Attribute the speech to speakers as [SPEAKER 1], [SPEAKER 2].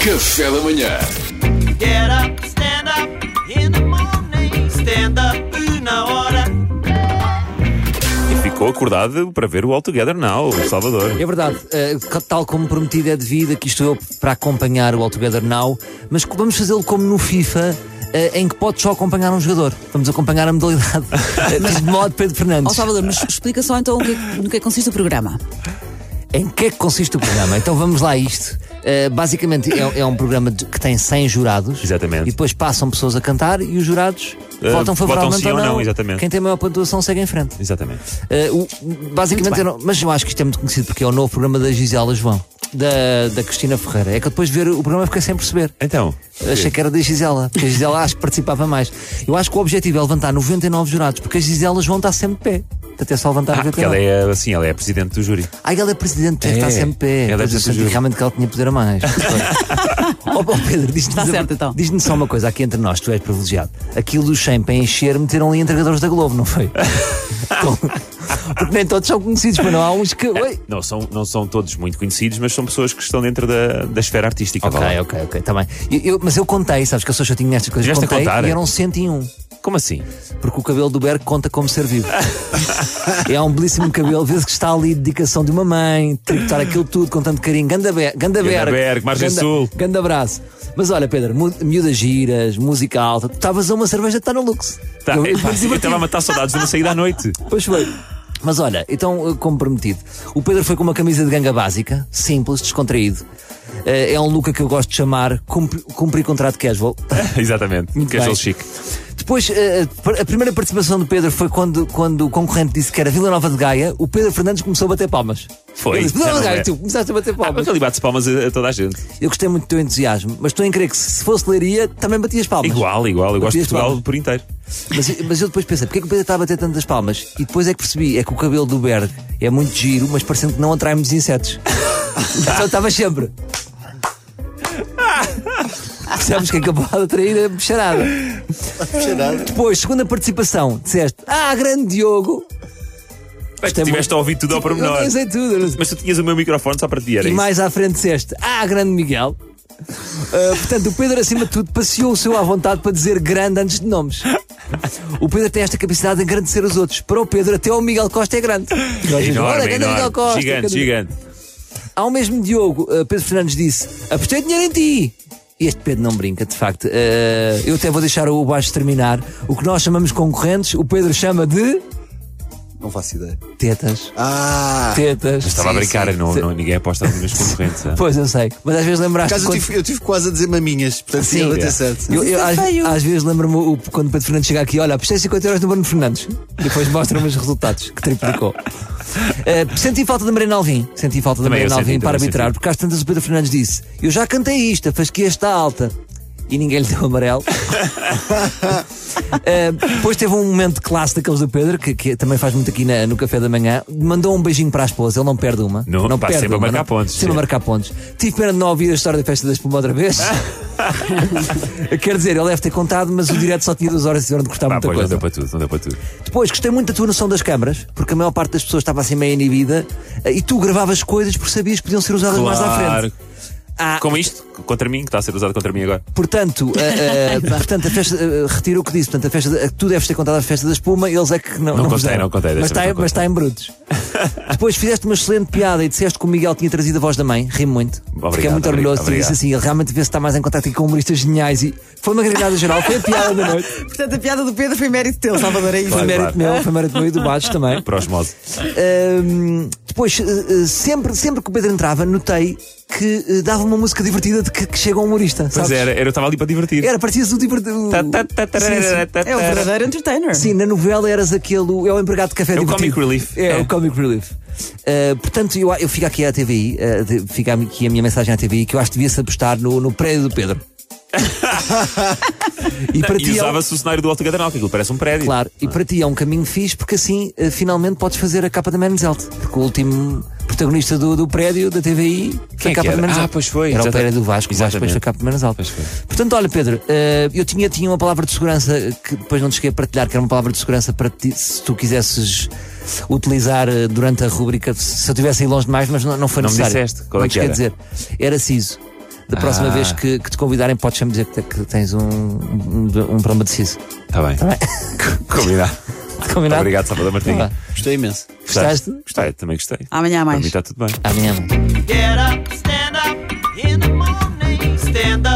[SPEAKER 1] Café da manhã.
[SPEAKER 2] Get up, stand up in the morning. Stand up na hora.
[SPEAKER 3] E ficou acordado para ver o All Together Now, o Salvador.
[SPEAKER 4] É verdade, eh, ca- tal como prometido é devido, aqui estou eu para acompanhar o All Together Now, mas co- vamos fazê-lo como no FIFA, eh, em que podes só acompanhar um jogador. Vamos acompanhar a modalidade eh, de modo Pedro
[SPEAKER 5] Ó
[SPEAKER 4] Fernandes.
[SPEAKER 5] Salvador, mas explica só então o que, é- no que é que consiste o programa.
[SPEAKER 4] Em que é que consiste o programa? Então vamos lá a isto. Eh, basicamente é, é um programa de- que tem 100 jurados
[SPEAKER 3] Exatamente.
[SPEAKER 4] e depois passam pessoas a cantar e os jurados
[SPEAKER 3] Eh, votam
[SPEAKER 4] votam favoravelmente
[SPEAKER 3] sim ou
[SPEAKER 4] ou
[SPEAKER 3] não, exatamente.
[SPEAKER 4] Quem tem maior pontuação segue em frente.
[SPEAKER 3] Exatamente.
[SPEAKER 4] Eh, o- basicamente, eu não- mas eu acho que isto é muito conhecido porque é o novo programa da Gisela João, da, da Cristina Ferreira. É que eu depois de ver o programa fiquei sem perceber.
[SPEAKER 3] Então,
[SPEAKER 4] Achei que era da Gisela, porque a Gisela acho que participava mais. Eu acho que o objetivo é levantar 99 jurados, porque a Gisela João está sempre de pé. Portanto, é só levantar
[SPEAKER 3] ah, porque ela
[SPEAKER 4] 99.
[SPEAKER 3] é assim, ela é a presidente do júri.
[SPEAKER 4] Ah, ela é presidente, deve estar sempre de
[SPEAKER 3] Ela
[SPEAKER 4] pé.
[SPEAKER 3] é
[SPEAKER 4] Pois eu
[SPEAKER 3] presidente do
[SPEAKER 4] senti
[SPEAKER 3] júri.
[SPEAKER 4] realmente que ela tinha poder a mais. Ó oh, Pedro, diz-nos
[SPEAKER 5] Está certo, então.
[SPEAKER 4] diz só uma coisa aqui entre nós, tu és privilegiado. Aquilo do 100 para encher meteram ali entregadores da Globo, não foi? Então, Porque nem todos são conhecidos, mas não há uns que. Oi.
[SPEAKER 3] Não são, não são todos muito conhecidos, mas são pessoas que estão dentro da, da esfera artística.
[SPEAKER 4] Ok,
[SPEAKER 3] vá lá.
[SPEAKER 4] ok, ok, está bem. Eu- eu- mas eu contei, sabes que eu sou chatinho nestas coisas.
[SPEAKER 3] Tiveste a
[SPEAKER 4] contei
[SPEAKER 3] contar? é?
[SPEAKER 4] e um. eram 101.
[SPEAKER 3] Como assim?
[SPEAKER 4] Porque o cabelo do Berg conta como ser vivo. é um belíssimo cabelo, vê-se que está ali dedicação de uma mãe, tributar aquilo tudo com tanto carinho. Ganda, Be Ganda, Berg.
[SPEAKER 3] Berg, Margem
[SPEAKER 4] Ganda-
[SPEAKER 3] Sul.
[SPEAKER 4] Ganda abraço. Mas olha, Pedro, mu- miúdas giras, música alta, tu estavas a uma cerveja, está no luxo.
[SPEAKER 3] Tá,
[SPEAKER 4] Eu-
[SPEAKER 3] epá, eu estava a matar saudades de uma saída à noite.
[SPEAKER 4] Pois foi. Mas olha, então, eh, como prometido, o Pedro foi com uma camisa de ganga básica, simples, descontraído. Eh, É um look a que eu gosto de chamar cumpri, cumprir contrato casual.
[SPEAKER 3] Exatamente.
[SPEAKER 4] Muito
[SPEAKER 3] Casual
[SPEAKER 4] bem.
[SPEAKER 3] chique.
[SPEAKER 4] Depois, eh, a primeira participação do Pedro foi quando, quando o concorrente disse que era Vila Nova de Gaia, o Pedro Fernandes começou a bater palmas.
[SPEAKER 3] Foi,
[SPEAKER 4] Ele disse, Vila
[SPEAKER 3] já
[SPEAKER 4] Nova de
[SPEAKER 3] não
[SPEAKER 4] Gaia,
[SPEAKER 3] é.
[SPEAKER 4] tu começaste a bater
[SPEAKER 3] Ah,
[SPEAKER 4] palmas.
[SPEAKER 3] mas ali bate-se palmas a, a toda a gente.
[SPEAKER 4] Eu gostei muito do teu entusiasmo, mas estou em crer que se fosse leiria, também batias palmas.
[SPEAKER 3] Igual, igual. Eu gosto de
[SPEAKER 4] Batias
[SPEAKER 3] Portugal
[SPEAKER 4] palmas.
[SPEAKER 3] por inteiro.
[SPEAKER 4] Mas, mas eu depois pensei, porque é que o Pedro está a bater tantas palmas? E depois é que percebi, é que o cabelo do Berg é muito giro, mas parecendo que não atrai muitos insetos. então estava sempre. Percebes que acabou de atrair a bicharada. Depois, segunda participação, disseste: Ah, grande Diogo!
[SPEAKER 3] Mas tu
[SPEAKER 4] é
[SPEAKER 3] tiveste a ouvir tudo ao pormenor.
[SPEAKER 4] Eu pensei tudo. eu não sei.
[SPEAKER 3] Mas tu tinhas o meu microfone só para ti, era É
[SPEAKER 4] E
[SPEAKER 3] isso?
[SPEAKER 4] mais à frente disseste: Ah, grande Miguel! Ah, portanto, o Pedro, acima de tudo, passeou o seu à vontade para dizer grande antes de nomes. O Pedro tem esta capacidade de engrandecer os outros. Para o Pedro, até o Miguel Costa é grande. Nós dizemos, "Olha,
[SPEAKER 3] Enorme,
[SPEAKER 4] grande Miguel
[SPEAKER 3] enorme.
[SPEAKER 4] Costa,
[SPEAKER 3] Gigante,
[SPEAKER 4] grande-"
[SPEAKER 3] gigante.
[SPEAKER 4] Ao mesmo Diogo, ah, Pedro Fernandes disse: Apostei dinheiro em ti! Este Pedro não brinca, de facto. Ah, eu até vou deixar o baixo terminar. O que nós chamamos concorrentes, o Pedro chama de.
[SPEAKER 6] Não faço ideia.
[SPEAKER 4] Tetas.
[SPEAKER 6] Ah!
[SPEAKER 4] Tetas.
[SPEAKER 3] Estava a brincar, não, não, ninguém aposta nos meus concorrentes. ah.
[SPEAKER 4] Pois, eu sei. Mas às vezes
[SPEAKER 6] Por
[SPEAKER 4] lembraste.
[SPEAKER 6] acaso eu
[SPEAKER 4] quando-
[SPEAKER 6] tive, eu tive quase a dizer maminhas, portanto tinha
[SPEAKER 3] é.
[SPEAKER 6] até certo.
[SPEAKER 4] Eu, eu,
[SPEAKER 5] Isso é
[SPEAKER 4] às,
[SPEAKER 5] feio.
[SPEAKER 4] às vezes lembro-me o- quando o Pedro Fernandes chega aqui, olha, apostei 50 euros no Bruno Fernandes. Depois mostra-me os resultados, que triplicou. Eh, senti falta da Mariana Alvim. Senti falta da
[SPEAKER 3] Também eu
[SPEAKER 4] Mariana
[SPEAKER 3] senti,
[SPEAKER 4] Alvim para
[SPEAKER 3] também
[SPEAKER 4] arbitrar,
[SPEAKER 3] senti.
[SPEAKER 4] porque às tantas o Pedro Fernandes disse: Eu já cantei isto, a fasquia está alta. E ninguém lhe deu amarelo. Eh, depois teve um momento de classe daqueles do Pedro, que, que também faz muito aqui na- no café da manhã. Mandou um beijinho para a esposa, ele não perde uma.
[SPEAKER 3] Não, pá,
[SPEAKER 4] perde
[SPEAKER 3] sempre a
[SPEAKER 4] uma,
[SPEAKER 3] marcar
[SPEAKER 4] não-
[SPEAKER 3] pontos,
[SPEAKER 4] Sempre a
[SPEAKER 3] sim.
[SPEAKER 4] marcar pontos. Tive pena de não ouvir a história da festa da espuma outra vez. Quer dizer, ele deve ter contado, mas o direto só tinha duas horas e tiveram de cortar
[SPEAKER 3] Pá,
[SPEAKER 4] muita
[SPEAKER 3] pois, não
[SPEAKER 4] coisa.
[SPEAKER 3] deu para tudo, não deu para tudo.
[SPEAKER 4] Depois, gostei muito da tua noção das câmaras, porque a maior parte das pessoas estava assim meio inibida eh, e tu gravavas coisas porque sabias que podiam ser usadas mais à frente. Ah,
[SPEAKER 3] Como isto, contra mim, que está a ser usado contra mim agora.
[SPEAKER 4] portanto, eh, eh, portanto, a festa, eh, retiro o que disse. Portanto, a festa, da- tu deves ter contado a festa da espuma, eles é que não.
[SPEAKER 3] Não contei,
[SPEAKER 4] fizeram.
[SPEAKER 3] não contei, desta
[SPEAKER 4] Mas está,
[SPEAKER 3] vez não
[SPEAKER 4] mas está em brutos. Depois fizeste uma excelente piada e disseste que o Miguel tinha trazido a voz da mãe. Ri muito.
[SPEAKER 3] Obrigado,
[SPEAKER 4] Fiquei
[SPEAKER 3] obrigado,
[SPEAKER 4] muito orgulhoso. Tu
[SPEAKER 3] obrigado.
[SPEAKER 4] disse assim: ele realmente vê se está mais em contato com humoristas geniais. E foi uma granada geral, foi a piada da noite.
[SPEAKER 5] Portanto, a piada do Pedro foi mérito teu, Salvador. É isso.
[SPEAKER 4] Foi
[SPEAKER 3] Claro,
[SPEAKER 4] mérito meu, foi mérito meu e do baixo também.
[SPEAKER 3] Para osmose.
[SPEAKER 4] Ahm, depois, eh, eh, sempre, sempre que o Pedro entrava, notei que eh, dava uma música divertida de que, que chega um humorista.
[SPEAKER 3] Mas
[SPEAKER 4] sabes?
[SPEAKER 3] era, era- eu estava ali para divertir.
[SPEAKER 4] Era, parecias É o divertido.
[SPEAKER 3] Tá, tá, tá, tá,
[SPEAKER 4] Sim, sim.
[SPEAKER 3] tá, tá,
[SPEAKER 5] É o
[SPEAKER 3] tá.
[SPEAKER 5] verdadeiro entertainer.
[SPEAKER 4] Sim, na novela eras aquele. É o empregado de café
[SPEAKER 3] É o
[SPEAKER 4] divertido.
[SPEAKER 3] comic relief.
[SPEAKER 4] É,
[SPEAKER 3] É.
[SPEAKER 4] o Comic Relief. Ah, portanto, eu, eu fico aqui à TVI, ah, de- fica aqui a minha mensagem à TVI, que eu acho que devia-se apostar no, no prédio do Pedro. e para
[SPEAKER 3] E
[SPEAKER 4] ti é um,
[SPEAKER 3] usava-se o cenário do Alto Gadanal, que aquilo parece um prédio.
[SPEAKER 4] claro, e para ti é um caminho fixe, porque assim ah, finalmente podes fazer a capa da Menzel. Porque o último protagonista do, do prédio da TVI foi
[SPEAKER 3] é que
[SPEAKER 4] a capa
[SPEAKER 3] era?
[SPEAKER 4] da Menzel.
[SPEAKER 3] Ah, pois foi,
[SPEAKER 4] Era o
[SPEAKER 3] exata-
[SPEAKER 4] prédio do Vasco, o Vasco
[SPEAKER 3] Exatamente.
[SPEAKER 4] depois foi a capa da Menzel.
[SPEAKER 3] Pois foi.
[SPEAKER 4] Portanto, olha, Pedro, eh, eu tinha, tinha uma palavra de segurança eh, que depois não te cheguei a partilhar, que era uma palavra de segurança para ti, se tu quisesses utilizar eh, durante a rubrica, se eu estivesse aí longe demais, mas não, não foi
[SPEAKER 3] Não me
[SPEAKER 4] necessário.
[SPEAKER 3] disseste. Qual é
[SPEAKER 4] não te
[SPEAKER 3] que
[SPEAKER 4] cheguei a dizer. Era siso. Da próxima
[SPEAKER 1] Ah.
[SPEAKER 4] vez que, que te convidarem, podes-me dizer que, te- que tens um, um, um problema de siso.
[SPEAKER 3] Tá
[SPEAKER 1] Está bem.
[SPEAKER 4] Tá
[SPEAKER 1] Combinado.
[SPEAKER 4] Combinado?
[SPEAKER 1] Obrigado, Salvador Martinho.
[SPEAKER 4] Vá.
[SPEAKER 6] Gostei imenso.
[SPEAKER 4] Tá. Gostaste? Ah,
[SPEAKER 3] Gostei, também gostei.
[SPEAKER 5] Amanhã
[SPEAKER 3] Para
[SPEAKER 5] há mais.
[SPEAKER 3] mim está tudo bem.
[SPEAKER 4] Amanhã.
[SPEAKER 2] Get up, stand up in the morning, stand up.